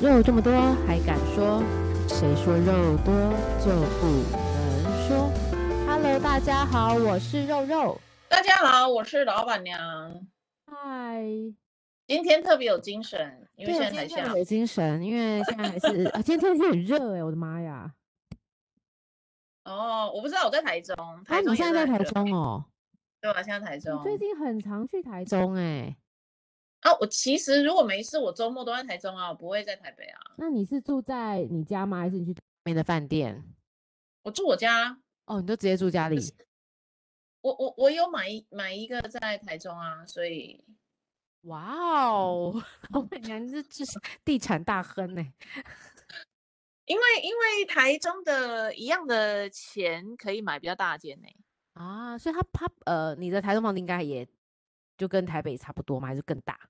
肉这么多还敢说？谁说肉多就不能说？Hello，大家好，我是肉肉。大家好，我是老板娘，嗨，今天特别有精神，因为对我啊现今在天才特下别有午，精神，因为现在还 是啊，今天天气很热哎、我的妈呀！哦，我不知道我在台中，啊，台中、你现在在台，中哦？对啊吧、现在台你中。最近很常去台中哎、啊，我其实如果没事，我周末都在台中啊，我不会在台北啊，那你是住在你家吗？还是你去对面的饭店？我住我家，哦，你都直接住家里？我我我有买一买一个在台中啊，所以哇哦， 老板娘这这是地产大亨哎呢、因为因为台中的一样的钱可以买比较大间呢、啊，所以他他呃，你的台中房子应该也就跟台北差不多吗？还是更大？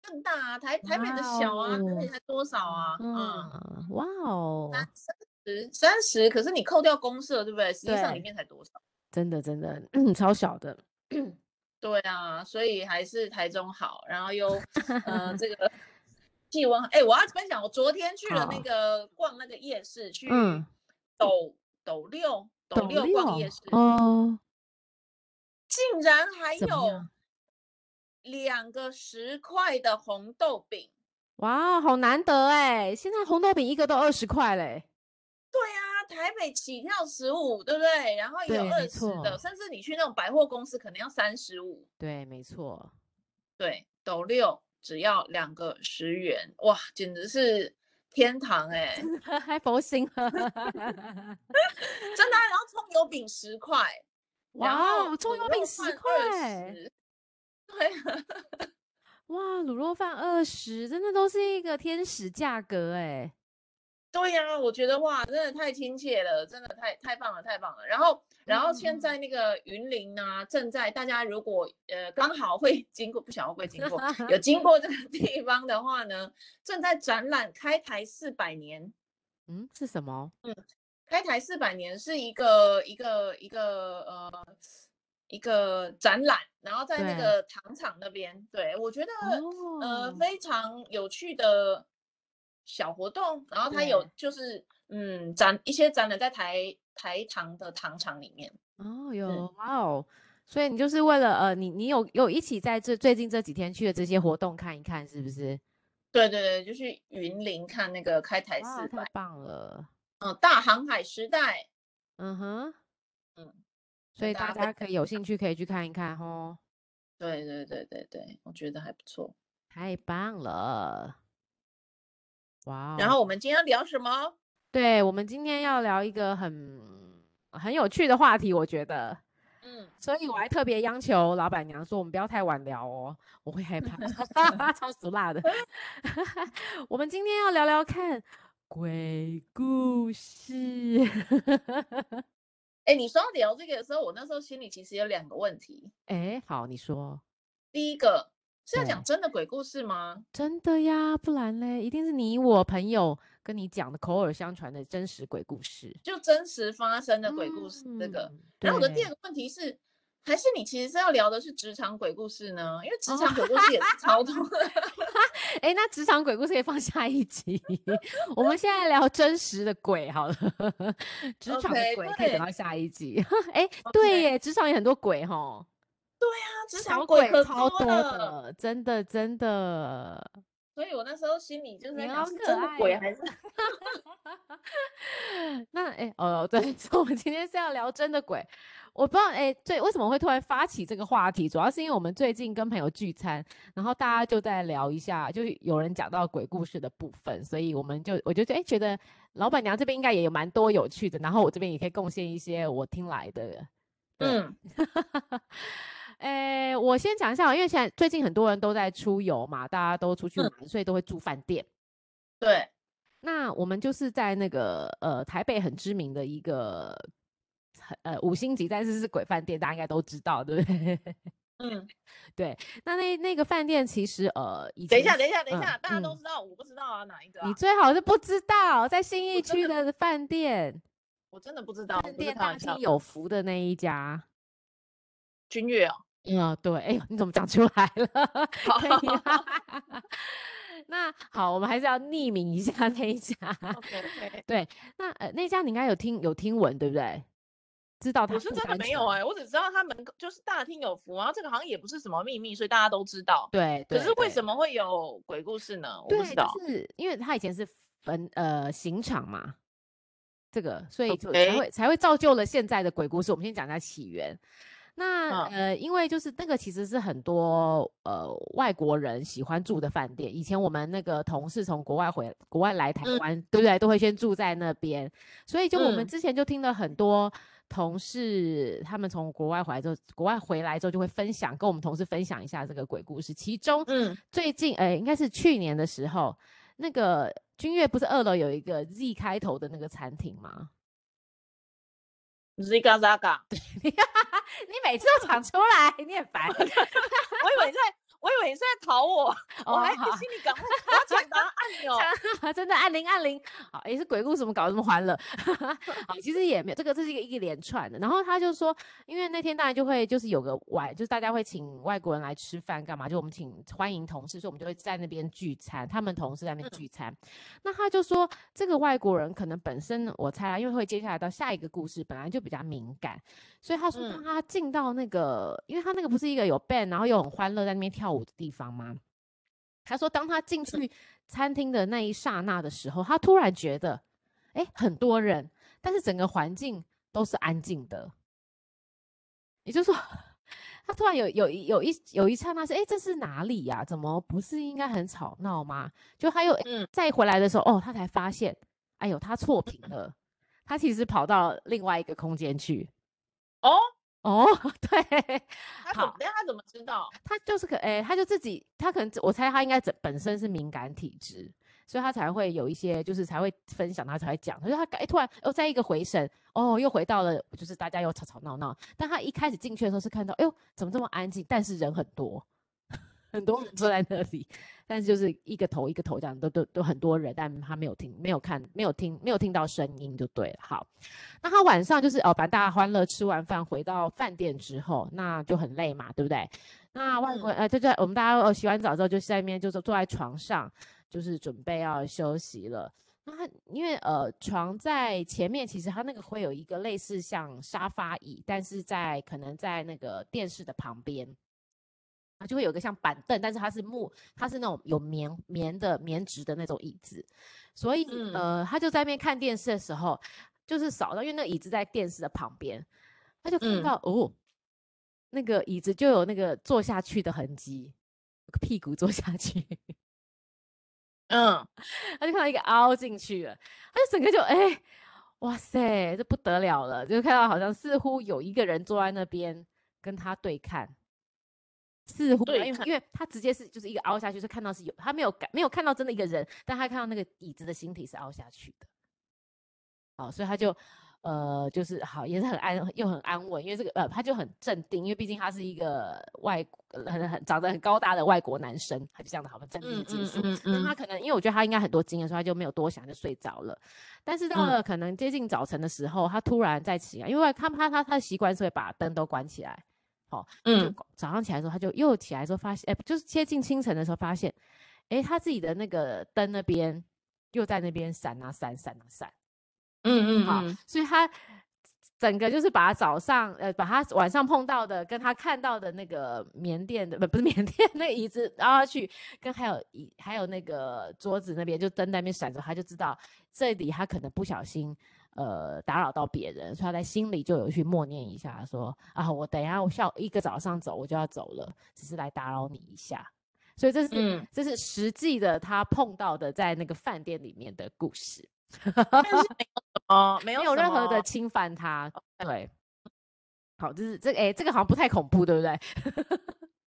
更大啊，台台北的小啊，台北哇哦才多少啊？嗯，嗯，哇哦，十三十，可是你扣掉公社，对不对？实际上里对面才多少？真的真的 超小的，对啊，所以还是台中好，然 后又呃这个气温，哎、我要分享，我昨天去了那好个逛那个夜市，去嗯斗斗六斗六逛夜市，哦，竟然还怎么有样两个十块的红豆饼，哇，哦好难得哎！现在红豆饼一个都二十块嘞，对啊，台北起跳十五，对不对？然后也有对二没十错的，甚至你去那种百货公司可能要三十五，对，没错， 对，斗六只要两个十元，哇，简直是天堂哎、还佛心了，真的啊、然后葱油饼十块，然哇后哦，葱卤油肉饼十饭块， 20，对啊， 哇，卤肉饭二十，真的都是一个天使价格哎，对呀、我觉得哇，真的太亲切了，真的太太棒了，太棒了。然后，然后现嗯在那个云林呢、正在大家如果呃刚好会经过，不晓得会不会经过，有经过这个 地方的话呢，正在展览开台四百年。嗯，是什么？开台四百年是一个一个一个呃一个展览，然后在那对个糖厂那边，对我觉得、呃哦，非常有趣的小活动，然后它有对就是嗯展一些展览在台台糖的糖厂里面，哦哟，哇哦！所以你就是为了呃，你你有有一起在这最近这几天去的这些活动看一看，是不是？对对对，就去云林看那个开台哇，哦四太百，棒了！嗯、大航海时代，嗯哼，嗯，所以大大家分家可以有兴趣可以去看一看哦，对对对对对，我觉得还不错。太棒了！哇然哦，后我们今天要聊什么？对我们今天要聊一个很很有趣的话题，我觉得，嗯，所以我还特别央求老板娘说，我们不要太晚聊哦，我会害怕， 超俗辣的。 我们今天要聊聊看鬼故事， 哎，你说到聊这个的时候，我那时候心里其实有两个问题。哎，好，你说，第一个是要讲对真的鬼故事吗？真的呀？不然嘞，一定是你我朋友跟你讲的口耳相传的真实鬼故事。就真实发生的鬼故事这个。嗯，然后我的第二对个问题是，还是你其实是要聊的是职场鬼故事呢？因为哦职场鬼故事也是超多的。哎，那职场鬼故事可以放下一集。我们现在聊真实的鬼好了，职场的 OK，鬼可以等对到下一集。 哎，对 OK 耶，职场也很多鬼吼，那职小场鬼可超多多了，的，真的真的。所以我那时候心里就是你在好想，是可真的爱鬼哦还是那哎、哦对， 所以我们今天是要聊真的鬼。我不知道哎、最为什么会突然发起这个话题，主要是因为我们最近跟朋友聚餐，然后大家就在聊一下，就是有人讲到鬼故事的部分，所以我们就我就觉得哎、觉得老板娘这边应该也有蛮多有趣的，然后我这边也可以贡献一些我听来的对嗯，诶，我先讲一下，因为现在最近很多人都在出游嘛，大家都出去嗯玩，所以都会住饭店。对，那我们就是在那个呃台北很知名的一个很呃五星级，但是是鬼饭店，大家应该都知道，对不对？ 嗯，对，那那那个饭店其实呃以等前一下，等是一下，等一嗯下，大家都嗯知道，我不知道啊，哪一个你啊？最好是不知道，在信义我真区的饭店，我真的不知道，我饭不是店开大玩笑厅。有福的那一家。君越哦， 嗯，对，哎呦，你怎么讲出来了？可以啊，那好，我们还是要匿名一下 那一家。 OK OK，那呃，那一家你应该有听有听闻对不对？知道他我是真的没有啊。哎、我只知道他门口就是大厅有福，然后这个好像也不是什么秘密，所以大家都知道。对，可是为么？什么会有鬼故事呢？我对，不知道。就是因为他以前是坟呃刑场嘛，这个所以就才 OK 会才会造就了现在的鬼故事。我们先讲一下起源。那、嗯呃，因为就是那个其实是很多呃外国人喜欢住的饭店。以前我们那个同事从国外回国外来台嗯湾，对不对？都会先住在那边，所以就我们嗯之前就听了很多同事，他们从国外回来之后，国外回来之后就会分享，跟我们同事分享一下这个鬼故事。其中嗯，最近，哎、应该是去年的时候，那个君悦不是二楼有一个 Z 开头的那个餐厅吗？ Ziga Zaga，你每次都讲出来，你也烦。我以为你在，我以为你是在逃我，我哦还得心里赶快我要抢答按钮。好 真的按铃按铃，好，也、是鬼故事，怎么搞得这么欢乐？好，其实也没有，这个这是一个一连串的。然后他就说，因为那天当然就会就是有个外，就是大家会请外国人来吃饭干嘛？就我们请欢迎同事，所以我们就会在那边聚餐，他们同事在那边聚餐。那他就说，这个外国人可能本身我猜啊，因为会接下来到下一个故事，本来就比较敏感，所以他说嗯当他进到那个，因为他那个不是一个有 band，然后又很欢乐在那边跳舞的地方吗？他说，当他进去餐厅的那一刹那的时候，他突然觉得，哎，很多人，但是整个环境都是安静的。也就是说， 他突然有有一有一有一刹那是，哎，这是哪里呀、怎么不是应该很吵闹吗？就他又诶嗯再回来的时候，哦，他才发现，哎呦，他错频了，他其实跑到另外一个空间去。哦，哦， 对，他怎么好？但他怎么知道？他就是可，诶、他就自己，他可能我猜他应该本本身是敏感体质，所以他才会有一些，就是才会分享，他才会讲。他说他哎、突然哦，在一个回神，哦，又回到了，就是大家又吵吵闹闹。但他一开始进去的时候是看到，哎呦，怎么这么安静？但是人很多， 很多人坐在那里，但是就是一个头一个头这样，都都都很多人，但他没有听，没有看，没有听，没有听到声音就对了。好，那他晚上就是哦，把大家欢乐吃完饭回到饭店之后，那就很累嘛，对不对？那外国人、呃，就在我们大家呃洗完澡之后，就在那边就是坐在床上，就是准备要休息了。那它因为呃床在前面，其实它那个会有一个类似像沙发椅，但是在可能在那个电视的旁边，啊它就会有一个像板凳，但是它是木，它是那种有棉棉的棉质的那种椅子，所以、嗯呃他就在那边看电视的时候，就是扫到，因为那椅子在电视的旁边，他就看嗯到、哦，那个椅子就有那个坐下去的痕迹，有个屁股坐下去。 嗯，他就看到一个凹进去了，他就整个就哎、哇塞，这不得了了！就看到好像似乎有一个人坐在那边跟他对看，似乎啊对因为看因为他直接是就是一个凹下去，是看到是有他没有感没有看到真的一个人，但他看到那个椅子的形体是凹下去的，好，所以他就。呃，就是好，也是很安，又很安稳，因为这个呃，他就很镇定，因为毕竟他是一个外国，呃很很长得很高大的外国男生，他就这样的好，镇定的嗯结嗯束。嗯那嗯他可能因为我觉得他应该很多经验，所以他就没有多想就睡着了。但是到嗯了可能接近早晨的时候，他突然再起来，因为他他他他的习惯是会把灯都关起来。就嗯，早上起来的时候，他就又起来的时候发现，哎、就是接近清晨的时候发现，哎、他自己的那个灯那边又在那边闪啊闪闪啊闪。嗯嗯好嗯，所以他整个就是把早上呃，把他晚上碰到的跟他看到的那个棉垫的不不是棉垫那个椅子，然后去跟还有椅还有那个桌子那边就灯在那边闪着，他就知道这里他可能不小心。呃，打扰到别人，所以他在心里就有去默念一下说，啊，我等一下我下午一个早上走我就要走了，只是来打扰你一下。所以这是、嗯这是实际的他碰到的在那个饭店里面的故事。但是没有哦，没有没有任什何的么哦侵犯他。对，好，就是这个，哎、这个好像不太恐怖，对不 对？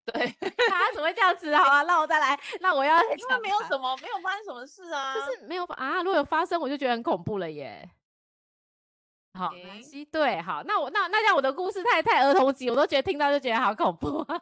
对，大家怎么会这样子？好啊，那我再来，那我要再因为讲没有吧什么，没有发生什么事啊，就是没有发啊，如果有发生，我就觉得很恐怖了耶。好，没关诶系对，好，那我那那像我的故事太太儿童级，我都觉得听到就觉得好恐怖。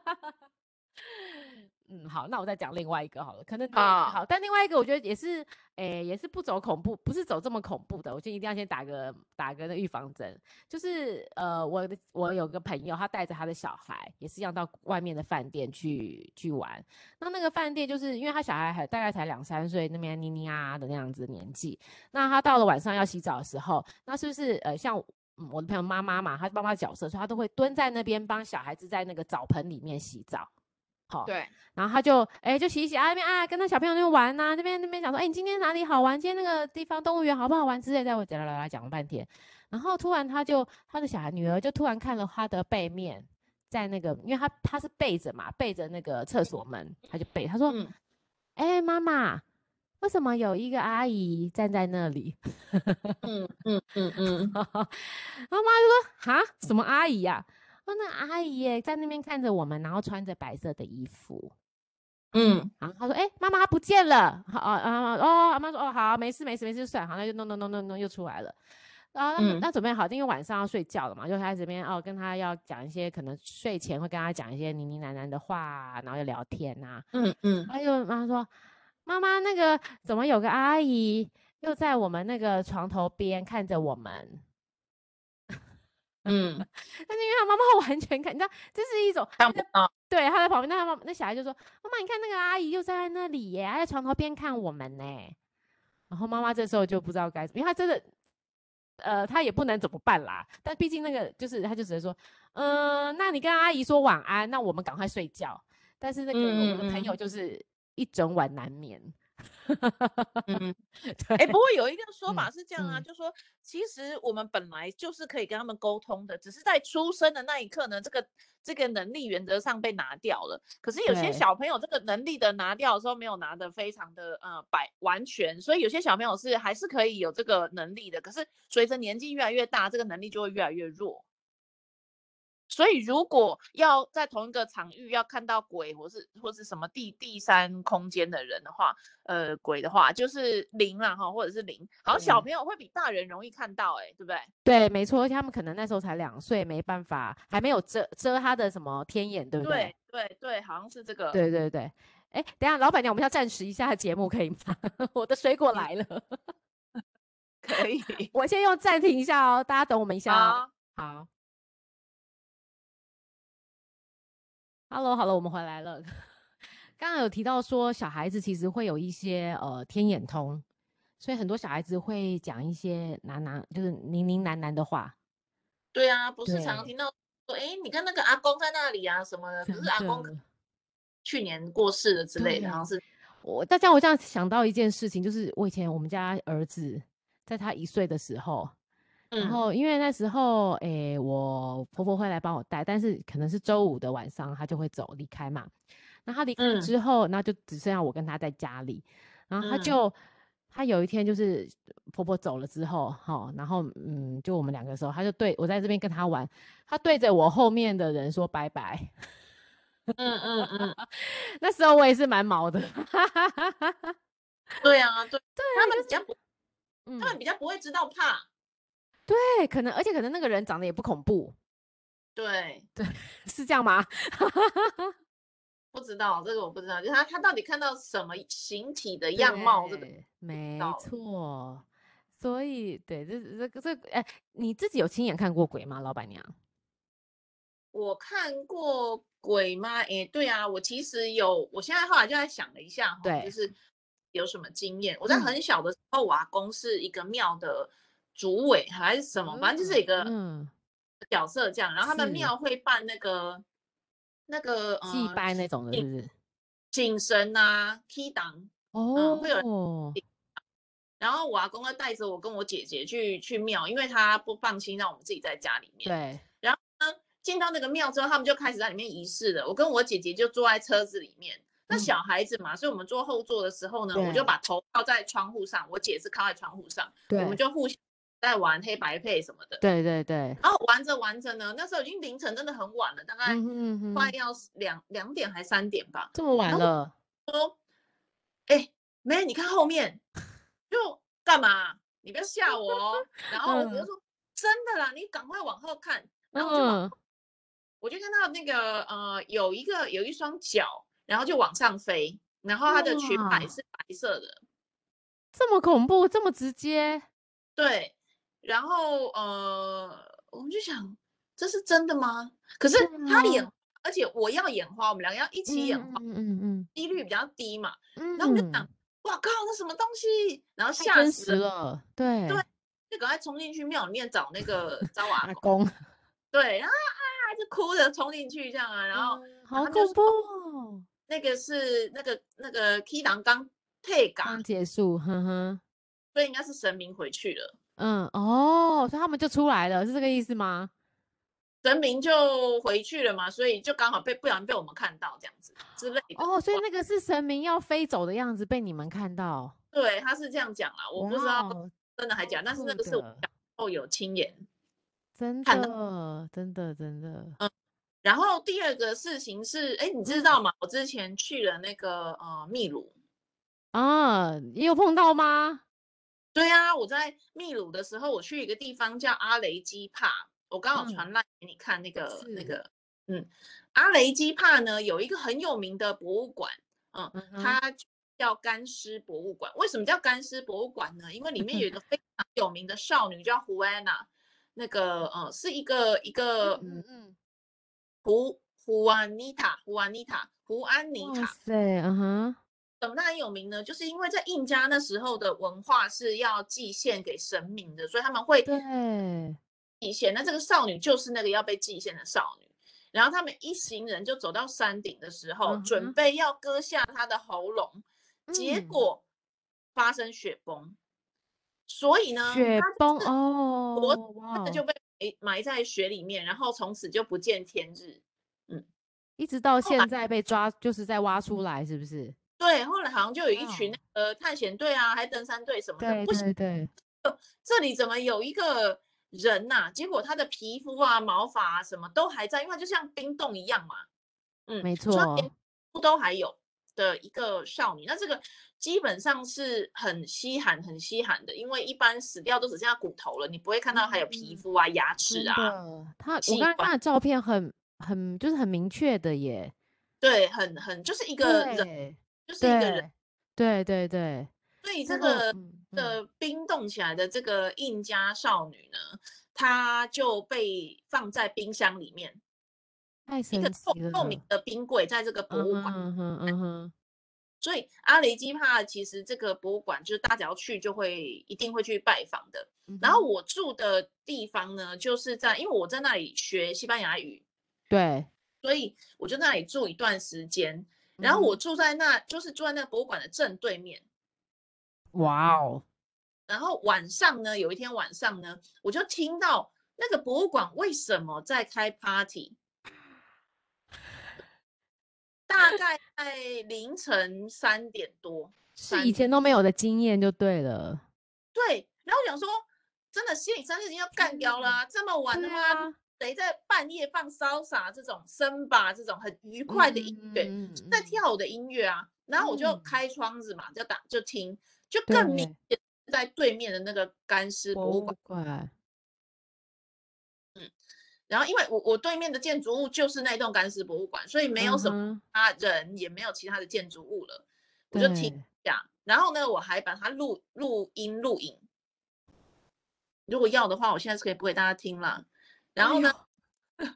嗯，好，那我再讲另外一个好了，可能好好，但另外一个我觉得也是，诶、也是不走恐怖，不是走这么恐怖的，我就一定要先打个打个那预防针，就是呃，我的我有个朋友，他带着他的小孩，也是一样到外面的饭店去去玩，那那个饭店就是因为他小孩还大概才两三岁，那边妮妮啊的那样子年纪，那他到了晚上要洗澡的时候，那是不是呃像嗯我的朋友妈妈嘛，她是妈妈角色，所以她都会蹲在那边帮小孩子在那个澡盆里面洗澡。好，对，然后他就哎、就洗一洗啊，那边啊跟他小朋友那边玩呐、那边那边想说，哎、你今天哪里好玩？今天那个地方动物园好不好玩之类的，在我讲啦啦啦讲了半天，然后突然他就他的小孩女儿就突然看了他的背面，在那个因为他他是背着嘛，背着那个厕所门，他就背，他说， 嗯，哎、妈妈，为什么有一个阿姨站在那里？ 嗯嗯嗯嗯，然后妈就说：“哈，什么阿姨呀、啊说那阿姨耶，在那边看着我们，然后穿着白色的衣服。嗯，然后她说：‘哎、妈妈她不见了。’好啊啊哦，阿妈说：‘哦，好，没事没事没事，就算好，那就弄弄弄弄弄又出来了。’然后那就嗯那准备好，因为晚上要睡觉了嘛，就开始这边哦，跟她要讲一些可能睡前会跟她讲一些呢呢喃喃的话啊，然后就聊天呐、嗯嗯，哎呦，妈妈说，妈妈那个怎么有个阿姨又在我们那个床头边看着我们？ 嗯，但是因为他妈妈完全看，你知道，这是一种 看不到，对他在旁边，那他妈那小孩就说：“妈妈，你看那个阿姨又站在那里耶，还在床头边看我们呢。”然后妈妈这时候就不知道该，因为她真的，呃，她也不能怎么办啦。但毕竟那个就是，她就只能说：“嗯、那你跟阿姨说晚安，那我们赶快睡觉。”但是那个我的嗯嗯朋嗯友就是一整晚难眠。嗯， 对，哎，不过有一个说法嗯是这样啊，嗯就说其实我们本来就是可以跟他们沟通的，只是在出生的那一刻呢，这个这个能力原则上被拿掉了。可是有些对小朋友这个能力的拿掉的时候，没有拿的非常的呃百完全，所以有些小朋友是还是可以有这个能力的，可是随着年纪越来越大，这个能力就会越来越弱。所以，如果要在同一个场域要看到鬼，或是或是什么第第三空间的人的话，呃，鬼的话就是灵啦哈，或者是灵，好像小对朋友会比大人容易看到、欸，哎，对不对？对，没错，而且他们可能那时候才两岁，没办法，还没有遮遮他的什么天眼，对不对？对对对，好像是这个。对对对，哎，等一下，老板娘，我们要暂时一下节目，可以吗？ 我的水果来了，。可以 啊我先用暂停一下哦，大家等我们一下哦。好，好。Hello，好了，我们回来了。刚刚有提到说，小孩子其实会有一些呃天眼通，所以很多小孩子会讲一些喃喃，就是呢呢喃喃的话。对啊，不是常对常听到说，哎，你看那个阿公在那里啊什么的，可真是阿公的去年过世了之类的，好像是我大家，我这样想到一件事情，就是我以前我们家儿子在他一岁的时候，然嗯后因为那时候诶、我婆婆会来帮我带，但是可能是周五的晚上，她就会走离开嘛。那她离开嗯之后，那就只剩下我跟她在家里。然后她嗯就，她有一天就是婆婆走了之后，哈、然后嗯，就我们两个的时候，她就对我在这边跟她玩，她对着我后面的人说拜拜。 嗯嗯嗯，那时候我也是蛮毛的， 对啊，对，他就们比较不，嗯他，们比较不会知道怕，对，可能而且可能那个人长得也不恐怖，对。是这样吗？不知道这个我不知道，就是他他到底看到什么形体的样貌，这个对没道错。所以，对，这这个这个，哎，你自己有亲眼看过鬼吗，老板娘？我看过鬼吗？诶，对啊，我其实有，我现在后来就在想了一下哈，对就是有什么经验。我在嗯很小的时候，我阿公是一个庙的主委还是什么，反正就是一个嗯，角色这样。然后他们是庙会办那个那个祭呃拜那种的，是不是？请神啊、踢档。哦，嗯会有人然后我阿公会带着我跟我姐姐去去庙，因为他不放心让我们自己在家里面。对，然后呢，进到那个庙之后，他们就开始在里面仪式了。我跟我姐姐就坐在车子里面，那嗯小孩子嘛，所以我们坐后座的时候呢，我就对把头靠在窗户上，我姐是靠在窗户上，对，我们就互相在玩黑白配什么的。对对对，然后玩着玩着呢，那时候已经凌晨，真的很晚了，大概嗯哼嗯哼快要两两点还三点吧。这么晚后了，说，哎，妹，你看后面，就干嘛？你不要吓我哦。然后我姐就嗯说，真的啦，你赶快往后看。然后我就往嗯，我就看到那个呃，有一个有一双脚，然后就往上飞，然后它的裙摆哇是白色的，这么恐怖，这么直接，嗯对，然后呃，我们就想这是真的吗？可是对他眼，啊而且我要眼花，我们两个要一起眼嗯花，嗯嗯几率比较低嘛。嗯，然后我们就想嗯，哇靠，那什么东西？然后太吓真死实了，了，对，就赶快冲进去庙里面找 那个招阿阿公，公，对，然后啊就哭着冲进去这样啊，然后嗯好他就恐怖哦，那个是那个那个 K 档刚退岗刚，结束，嗯哼哼，所以应该是神明回去了，嗯，哦，所以他们就出来了，是这个意思吗？神明就回去了嘛，所以就刚好被不小心被我们看到这样子之类的。哦，所以那个是神明要飞走的样子被你们看到，对，他是这样讲啦，我不知道哇哦真的还超假，但是那酷个是我的小时候有亲眼。真看到的，真的，真的，然后第二个事情是，哎，你知道吗？我之前去了那个呃秘鲁，啊，你有碰到吗？对啊，我在秘鲁的时候，我去一个地方叫阿雷基帕，我刚好嗯传来给你看那个那是个，嗯，阿雷基帕呢有一个很有名的博物馆，嗯哼它叫干尸博物馆。为什么叫干尸博物馆呢？因为里 面有一个非常有名的少女叫胡安娜，那个呃是一个一个嗯嗯嗯，胡胡安妮塔胡安妮塔胡安妮哇塔。塞，嗯哼，怎么那很有名呢？就是因为在印加那时候的文化是要祭献给神明的，所以他们会对，祭献。那这个少女就是那个要被祭献的少女。然后他们一行人就走到山顶的时候，嗯准哼备要割下她的喉咙，结嗯果发生雪崩，所以呢，雪她崩嗯就是哦，脖哇真的哦，就被埋埋在雪里面，然后从此就不见天日。一直到后来现在被抓，就是在挖出来，是不是？对，后来好像就有一群哇那个探险队啊，还登山队什么的，哦对不行，对对，这里怎么有一个人呐、结果他的皮肤啊、毛发啊什么都还在，因为他就像冰冻一样嘛。嗯，没所以她连错皮肤都还有的一个少女。那这个基本上是很稀罕、很稀罕的，因为一般死掉都只剩下骨头了，你不会看到还有皮嗯肤啊、牙真齿啊。的，他我器刚才官看的照片很很就是很明确的耶，对，很很就是一个人，对就是一个人。对对对对，所以这那个嗯这嗯个冰冻起来的这个印加少女呢，她就被放在冰箱里面，太一神个透奇了，透明的冰柜，在这个博嗯物哼馆。嗯哼嗯哼，所以阿雷基帕其实这个博物馆，就是大家要去就会一定会去拜访的。嗯然后哼我住的地方呢，就是在因为我在那里学西班牙语，对，所以我就在那里住一段时间。然后嗯我住在那，就是住在那博物馆的正对面。哇哦，然后晚上呢，有一天晚上呢，我就听到那个博物馆为什么在开 party，大概在凌晨三点多。是三以前都没有的经验就对了，对，然后我想说，真的心里三已经要干天掉了哪啊、这么晚的对吗？啊，谁在半夜放潇洒这种森巴这种很愉快的音乐，嗯是在嗯跳舞的音乐啊？然后我就嗯开窗子嘛，就打就听，就更明显是在对面的那个干尸博博物物馆。馆，然后因为我我对面的建筑物就是那栋干尸博物馆，所以没有什么么，他人，也没有其他的建筑物了，我就听对一下。然后呢，我还把它录录音录影。如果要的话，我现在是可以播给大家听啦。然哎后呢，呦，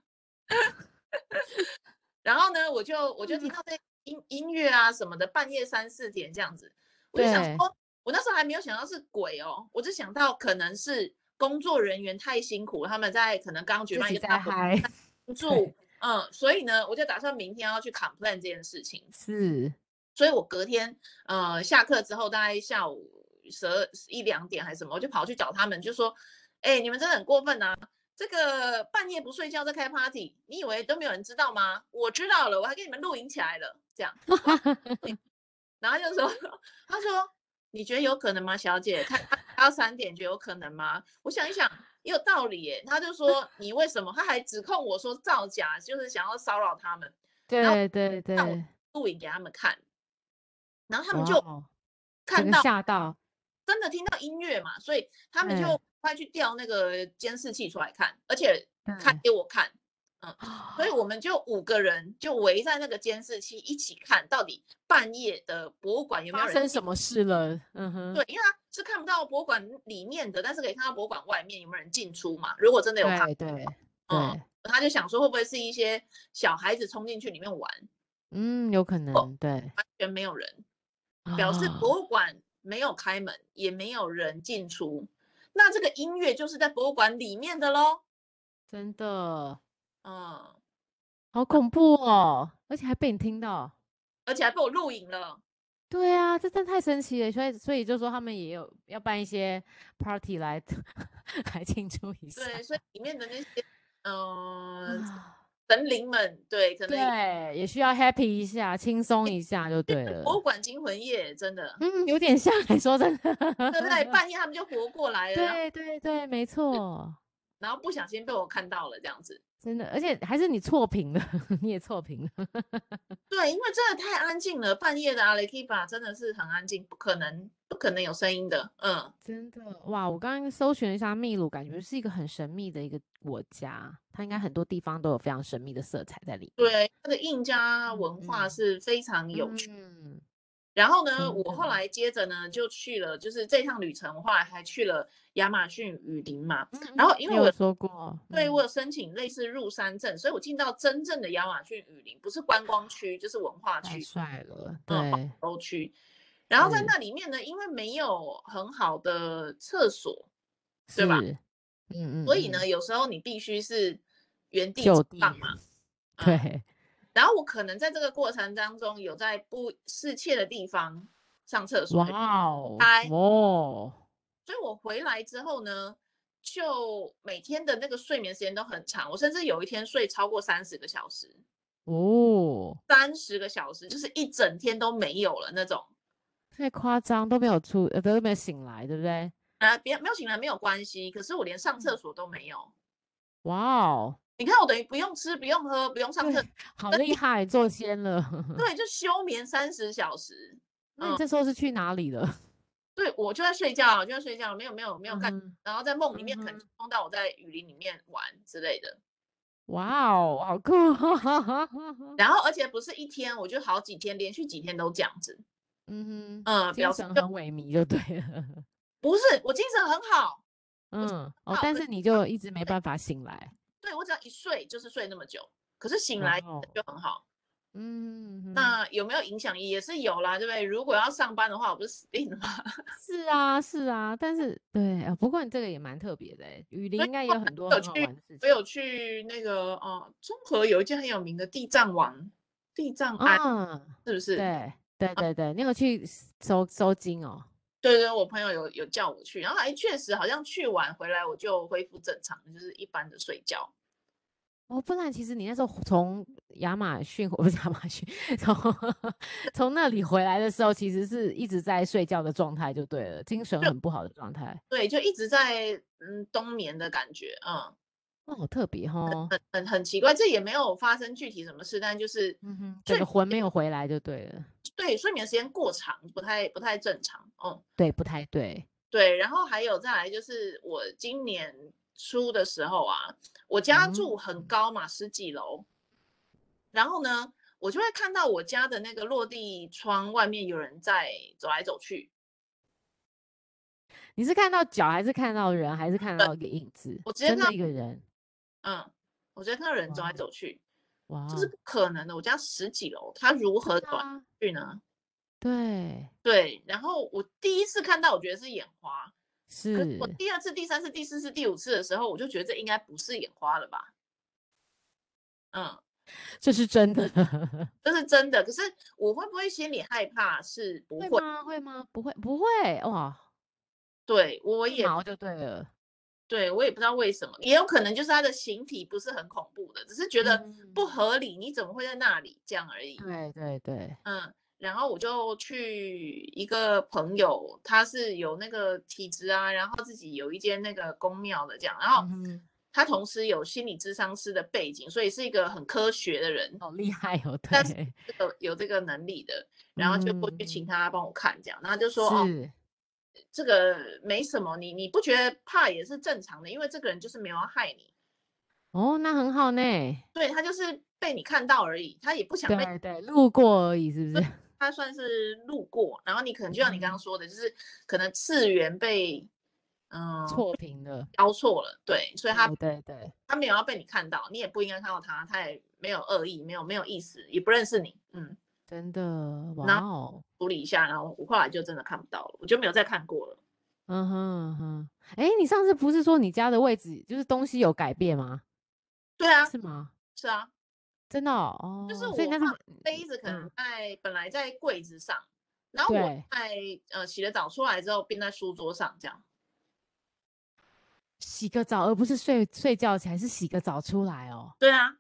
然后呢，我就我就嗯听到这音音乐啊什么的，半夜三四点这样子，我就想对说，我那时候还没有想到是鬼哦，我就想到可能是工作人员太辛苦，他们在可能刚举自办一己个在大活嗨， 动住，嗯，所以呢，我就打算明天要去 complain 这件事情，是，所以我隔天呃下课之后，大概下午十二一两点还是什么，我就跑去找他们，就说：“哎、你们真的很过分啊！这个半夜不睡觉在开 party，你以为都没有人知道吗？我知道了，我还给你们录影起来了。”这样，然后就说：“他说你觉得有可能吗，小姐？开到三点，觉得有可能吗？”我想一想。也有道理耶，他就说你为什么？他还指控我说造假，就是想要骚扰他们，后对对对，让我录影给他们看，然后他们哇就哦看整个到吓到，真的听到音乐嘛，所以他们对就快去调那个监视器出来看，而且对开给我看，所以我们就五个人就围在那个监视器一起看，到底半夜的博物馆有没有发人生进什么事了？嗯哼，对，因为它是看不到博物馆里面的，但是可以看到博物馆外面有没有人进出嘛。如果真的有他，对对嗯对，他就想说会不会是一些小孩子冲进去里面玩，嗯，有可能，对，完全没有人，表示啊博物馆没有开门，也没有人进出。那这个音乐就是在博物馆里面的喽。真的嗯，好恐怖哦，而且还被你听到。而且还被我录影了。对啊，这真的太神奇了，所以所以就说他们也有要办一些 party 来 来庆祝一下。对，所以里面的那些嗯啊神灵们，对，可能也对，也需要 happy 一下，轻松一下就对了。，博物馆惊魂夜真的 嗯，有点像，你说真的。对不对？半夜他们就活过来了，然后对对对，没错，然后不小心被我看到了这样子。真的，而且还是你错评了，你也错评了。对，因为真的太安静了，半夜的阿雷 k i b a 真的是很安静，不可能不可能有声音的。嗯，真的 哇！我刚刚搜寻了一下秘鲁，感觉是一个很神秘的一个国家，它应该很多地方都有非常神秘的色彩在里面。对，这个印加嗯文化嗯是非常有趣。嗯，然后呢，真我后的来接着呢就去了，就是这趟旅程，我后来还去了亚马逊雨林嘛。嗯然后因为你有我说过，对嗯我有申请类似入山证，所以我进到真正的亚马逊雨林，不是观光区，就是文化太区。帅了，嗯对，欧区。然后在是那里面呢，因为没有很好的厕所，对是，吧嗯嗯，所以呢，嗯，有时候你必须是原地就走荡地嘛。嗯对，然后我可能在这个过程当中，有在不适切的地方上厕所，哇哦，嗨哦，所以我回来之后呢，就每天的那个睡眠时间都很长，我甚至有一天睡超过三十个小时，哦，三十个小时就是一整天都没有了那种。太夸张，都没有出，呃，都没有醒来，对不对？啊，别没有醒来没有关系，可是我连上嗯厕所都没有。哇哦，你看，我等于不用吃，不用喝，不用上对厕，，好那厉害，做仙了。 对，就休眠三十小时。那嗯你这时候是去哪里了？对我就在睡觉，我就在睡觉，没有没有没有干，嗯哼然后在梦里面可嗯能哼梦到我在雨林里面玩之类的。 哇哦，好酷！ 然后而且不是一天，我就好几天，连续几天都这样子。嗯哼，嗯，精表示神就很萎靡就对了。 不是我精神很好，嗯，哦到，但这是你就一直没办法醒来。对我只要一睡就是睡那么久，可是醒哇来哦就很好。嗯哼，那有没有影响也是有啦，对不对？如果要上班的话，我不是死定了 吗？是啊，是啊，但是对啊，不过你这个也蛮特别的欸，雨林以应该也后有来很多有很好去玩的事我情有去那个呃，中和有一间很有名的地藏王，地藏庵、啊。是不是？对对对对，你有去收收金哦？对对，我朋友有有叫我去，然后哎，确实好像去完回来我就恢复正常，就是一般的睡觉。哦，不然其实你那时候从亚马逊，不是亚马逊，从从那里回来的时候，其实是一直在睡觉的状态就对了，精神就很不好的状态。对，就一直在嗯冬眠的感觉，嗯，哦，好特别哦。很很很奇怪，这也没有发生具体什么事，但就是嗯哼，整睡个魂没有回来就对了，对睡眠时间过长，不太不太正常，嗯，对，不太对。对。然后还有再来就是我今年初的时候啊，我家住很高嘛，十几楼，然后呢，我就会看到我家的那个落地窗外面有人在走来走去。你是看到脚，还是看到人，还是看到一个影子？我直接真看的到一个人，嗯，我觉得看到人走来哇走去，哇这是哦，不可能的。我家十几楼，他如何对走来啊去呢？对，对，然后我第一次看到，我觉得是眼花，可是是我第二次、第三次、第四次、第五次的时候，我就觉得这应该不是眼花了吧？嗯，这是真的，这是真的。可是我会不会心里害怕？是 不会会，吗？会吗？不会，不会，哇，对我一也毛就对了，对我也不知道为什么，也有可能就是它的形体不是很恐怖的，只是觉得不嗯合理，你怎么会在那里这样而已？对对对，嗯，然后我就去一个朋友，他是有那个体质啊，然后自己有一间那个宫庙的这样，然后嗯哼，他同时有心理智商师的背景，所以是一个很科学的人，好厉害哦，但是对，这个有这个能力的，然后就过去请他帮我看这样，然后就说哦，嗯是，这个没什么，你你不觉得怕也是正常的，因为这个人就是没有要害你，哦，那很好呢。对他就是被你看到而已，他也不想被对对，路过而已，是不是？ 他算是路过，然后你可能就像你嗯刚刚说的，就是可能次元被嗯错评了。标错了，对，所以他对对对，他没有要被你看到，你也不应该看到他，他也没有恶意，没有没有意思，也不认识你，嗯，真的，哇那哦，处理一下，然后我后来就真的看不到了，我就没有再看过了。嗯哼嗯哼。哎，你上次不是说你家的位置就是东西有改变吗？对啊，是吗？是啊，真的哦，就是哦所以我那是放杯子可能嗯在、本来在柜子上，然后我对在呃洗了澡出来之后并在书桌上这样。洗个澡，而不是睡睡觉起来，是洗个澡出来哦。对啊，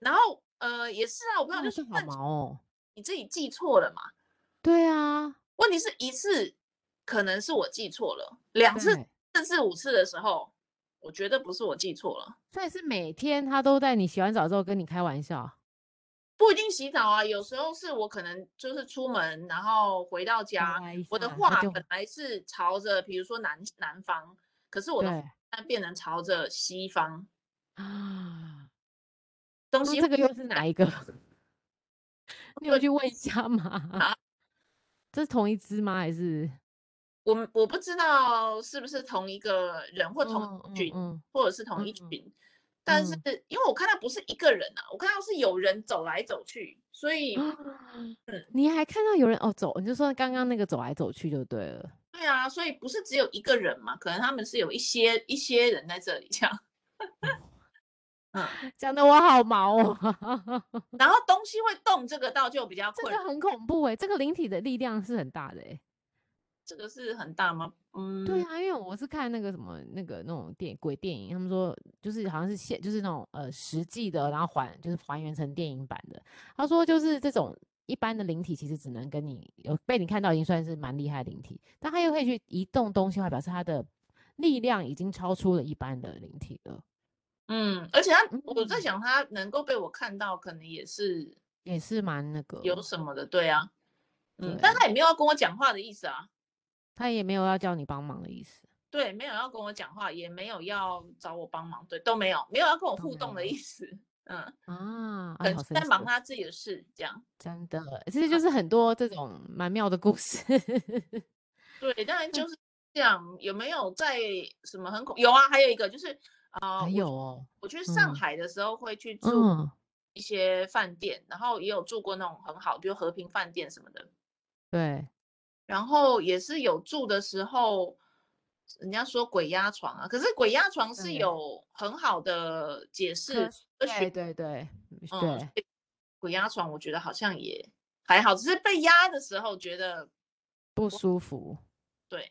然后呃也是啊，我朋友哇，就这说好那毛哦。你自己记错了嘛？对啊，问题是一次可能是我记错了，两次、对四次、五次的时候，我觉得不是我记错了，所以是每天他都在你洗完澡之后跟你开玩笑。不一定洗澡啊，有时候是我可能就是出门，然后回到家，来一啊我的下他话啊就本来是朝着比如说南南方，可是我的话对现在变成朝着西方，啊，东那西这个会又是哪一个？ 你有对去问一下吗 啊？这是同一只吗？还是我们我不知道是不是同一个人或同嗯一嗯群，嗯或者是同一嗯群，但是嗯因为我看到不是一个人啊，我看到是有人走来走去，所以啊嗯你还看到有人哦走，你就说刚刚那个走来走去就对了。对啊，所以不是只有一个人嘛，可能他们是有一些一些人在这里这样， 嗯，讲的我好毛 哦，然后东西会动，这个倒就比较这困个扰，很恐怖哎、这个灵体的力量是很大的哎、这个是很大吗？嗯，对啊，因为我是看那个什么那个那种电鬼电影，他们说就是好像是现就是那种呃实际的，然后还就是还原成电影版的。他说就是这种一般的灵体，其实只能跟你有被你看到，已经算是蛮厉害的灵体，但他又会去移动东西的话，表示他的力量已经超出了一般的灵体了，嗯，而且他我在嗯想，他能够被我看到，可能也是也是蛮那个。有什么的，对啊，嗯，呃对但他也没有要跟我讲话的意思啊。他也没有要叫你帮忙的意思，对，没有要跟我讲话，也没有要找我帮忙，对，都没有，没有要跟我都互没动的有意思。嗯，啊，可哎，能好是神在奇忙哦，他自己的事，这样。真的，其实就是很多这种蛮妙的故事。对，嗯当然就是这样。有没有在什么很恐？有啊，还有一个就是啊、还我有哦，我去上嗯海的时候会去住嗯，一些饭店，然后也有住过那种很好，比如和平饭店什么的。对，然后也是有住的时候，人家说鬼压床啊，可是鬼压床是对有很好的解释科学科学对对对嗯，对，鬼压床，我觉得好像也还好，只是被压的时候觉得不舒服。对，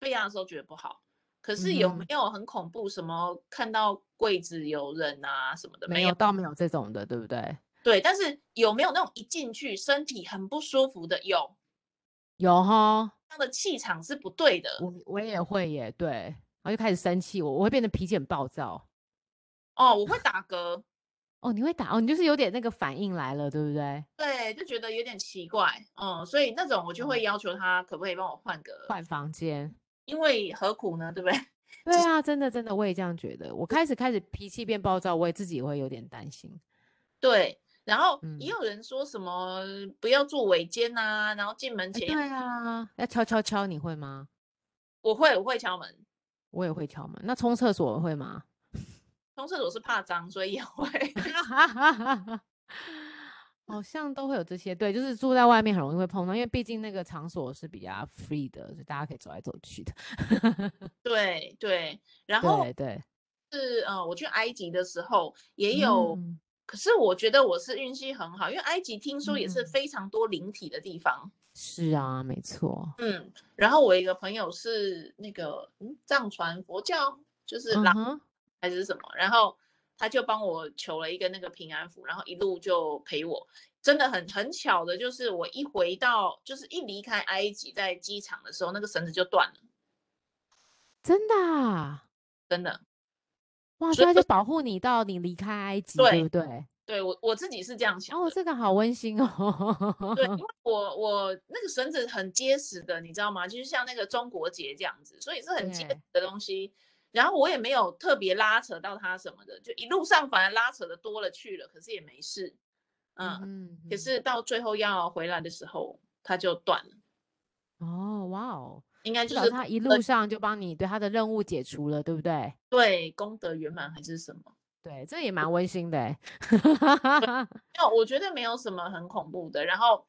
被压的时候觉得不好。可嗯是有没哼有很恐怖？什么看到柜子有人啊什么的，没没有，倒没有这种的，对不对？对，但是有没有那种一进去身体很不舒服的？有，有哈，他的气场是不对的我我也会耶，对，然后就开始生气，我我会变得脾气很暴躁。哦，我会打嗝，哦，你会打哦，你就是有点那个反应来了，对不对？对，就觉得有点奇怪，嗯，所以那种我就会嗯要求他可不可以帮我换个，换房间，因为何苦呢，对不对？ 对啊，真的真的，我也这样觉得。我开始开始脾气变暴躁，我也自己也会有点担心。对，然后也嗯，有人说什么不要做尾尖呐、然后进门哎，前要对啊，要敲敲敲，你会吗？我会我会敲门，我也会敲门。那冲厕所会吗？ 冲厕所是怕脏，所以也会。 好像都会有这些，对，就是住在外面很容易会碰到，因为毕竟那个场所是比较 free 的，所以大家可以走来走去的。对对，然后对对，是呃，我去埃及的时候也有，嗯可是我觉得我是运气很好，因为埃及听说也是嗯，非常多灵体的地方。是啊，没错，嗯，然后我一个朋友是那个嗯藏传佛教，就是嗯喇哼，还是什么，然后他就帮我求了一个那个平安符，然后一路就陪我。真的很很巧的，就是我一回到，就是一离开埃及，在机场的时候，那个绳子就断了，真的啊，真的。哇，所所以以他就就保护你到你离开埃及，对对不对？对我我自己是这样想哦，的，这个好温馨对，因哦，为我我那个绳子很结实的，你知道吗？就是像那个中国结这样子，所以是很结实对，的东西。然后我也没有特别拉扯到他什么的，就一路上反而拉扯的多了去了，可是也没事，嗯，嗯可是到最后要回来的时候，他就断了，哦，哇哦，应该至就少是呃他一路上就帮你对他的任务解除了，对不对？对功德圆满还是什么。对，这也蛮温馨的欸。 没有，我觉得没有什么很恐怖的。然后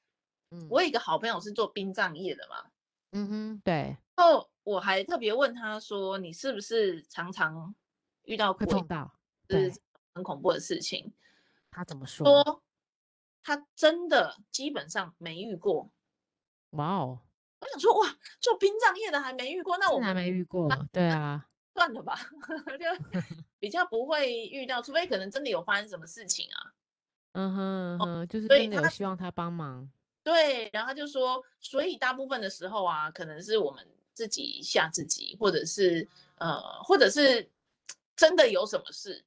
嗯我有一个好朋友是做殡葬业的嘛，嗯哼，对，然后我还特别问他说：“你是不是常常遇到会鬼，碰到就是对很恐怖的事情他怎么？”说？说他真的基本上没遇过。哇哦，我想说，哇，做殡葬业的还没遇过，那我竟然们没遇过，对啊，算了吧， 就比较不会遇到，除非可能真的有发生什么事情啊。嗯哼嗯哼，就是哦所真以的有他希望他帮忙。对，然后他就说，所以大部分的时候啊，可能是我们自己吓自己，或者是呃，或者是真的有什么事，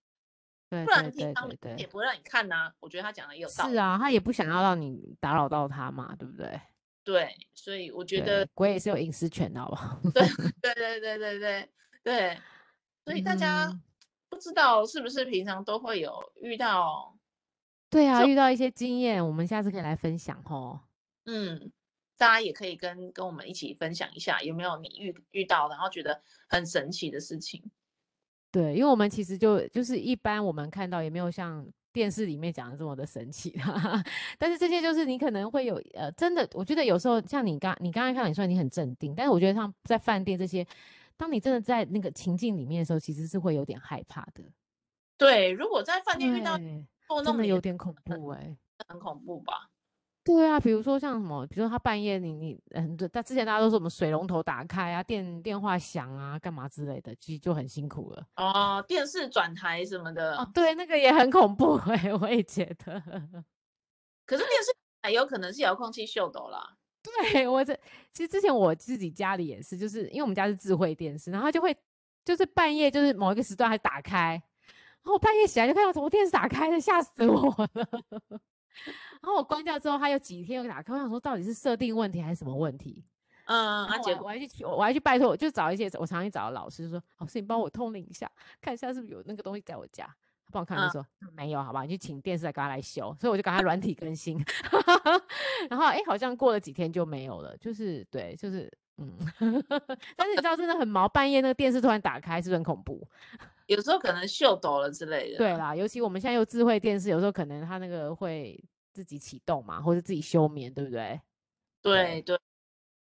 对不然对平对常对也对，不会让你看呐、我觉得他讲的也有嗯道是理。啊，他也不想要让你打扰到他嘛，对不对？对，所以我觉得对，，鬼也是有隐私权的，好不好？ 对对对对对对，所以大家嗯不知道是不是平常都会有遇到，对啊，遇到一些经验，我们下次可以来分享哦。嗯，大家也可以跟跟我们一起分享一下，有没有你遇遇到，然后觉得很神奇的事情？对，因为我们其实就就是一般我们看到也没有像电视里面讲的这么的神奇 的，但是这些就是你可能会有呃，真的，我觉得有时候像你刚你刚才看到你说你很镇定，但是我觉得像在饭店这些，当你真的在那个情境里面的时候，其实是会有点害怕的，对，如果在饭店遇到对，做真那种的你有也点恐很怖哎、很恐怖吧？对啊，比如说像什么，比如说他半夜你你嗯，对，但之前大家都说什么水龙头打开啊，电电话响啊，干嘛之类的，其实就很辛苦了。哦，电视转台什么的，哦，对，那个也很恐怖 哎、我也觉得。可是电视台有可能是遥控器秀的啦。对我这其实之前我自己家里也是，就是因为我们家是智慧电视，然后它就会就是半夜就是某一个时段它打开，然后我半夜起来就看到怎么电视打开了，吓死我了。 然后我关掉之后，它有几天又打开，我想说到底是设定问题还是什么问题？嗯，然啊，后结我还果我还去我还去拜托，我就找一些我常去找的老师就说，老师你帮我通灵一下，看一下是不是有那个东西在我家。他帮我看完就嗯说、没有，好吧，你去请电视台赶快来修。所以我就赶快软体更新， 然后哎、诶好像过了几天就没有了，就是对，就是嗯， 但是你知道真的很毛，半夜那个电视突然打开，是不是很恐怖？有时候可能秀抖了之类的。对，啦，尤其我们现在又智慧电视，有时候可能它那个会自己启动嘛，或者自己休眠，对不对？对对，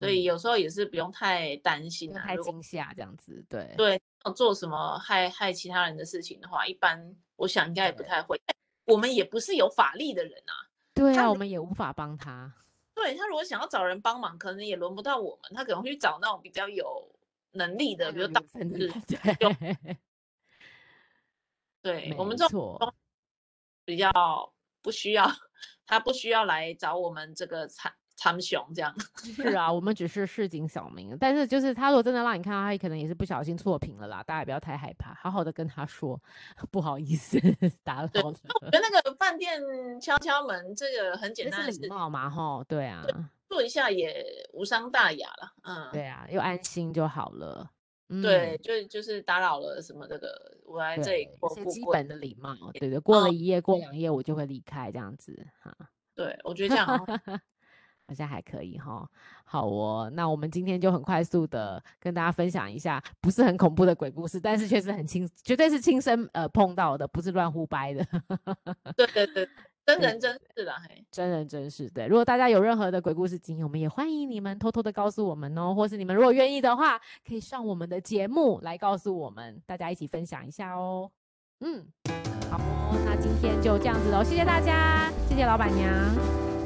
所以嗯有时候也是不用太担不心用啊。太如果惊吓这样子，对对没有做什么害害其他人的事情的话，一般我想应该也不对太会。我们也不是有法力的人啊。对他啊，如我们也无法帮他。对他如果想要找人帮忙，可能也轮不到我们，他可能会去找那种比较有能力那的，嗯比有如导缘分的 人师。对，对我们没这种错，不需要，他不需要来找我们这个参参雄这样。 是啊，我们只是市井小民，但是就是他如果真的让你看到，他可能也是不小心错评了啦，大家也不要太害怕，好好的跟他说， 不好意思打对扰了，我觉得那个饭店敲敲门这个很简这单的是事礼，貌嘛，吼，对啊，做一下也无伤大雅了。嗯，对啊，又安心就好了，嗯，啊对，就就是打扰了什么这个，我来这里对，过一些富基贵本的礼貌，对对，过了一夜，过嗯两夜我就会离开，这样子哈。对，我觉得这样哦好像好像还可以哈。好哦，那我们今天就很快速的跟大家分享一下，不是很恐怖的鬼故事，但是确实很亲，绝对是亲身呃碰到的，不是乱胡掰的。 对对对，真对人真事啦，嘿，真人真事。对，如果大家有任何的鬼故事经验，我们也欢迎你们偷偷的告诉我们哦，或是你们如果愿意的话，可以上我们的节目来告诉我们，大家一起分享一下哦。嗯，好哦，那今天就这样子喽，谢谢大家，谢谢老板娘，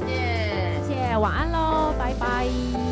耶、谢谢，晚安喽，拜拜。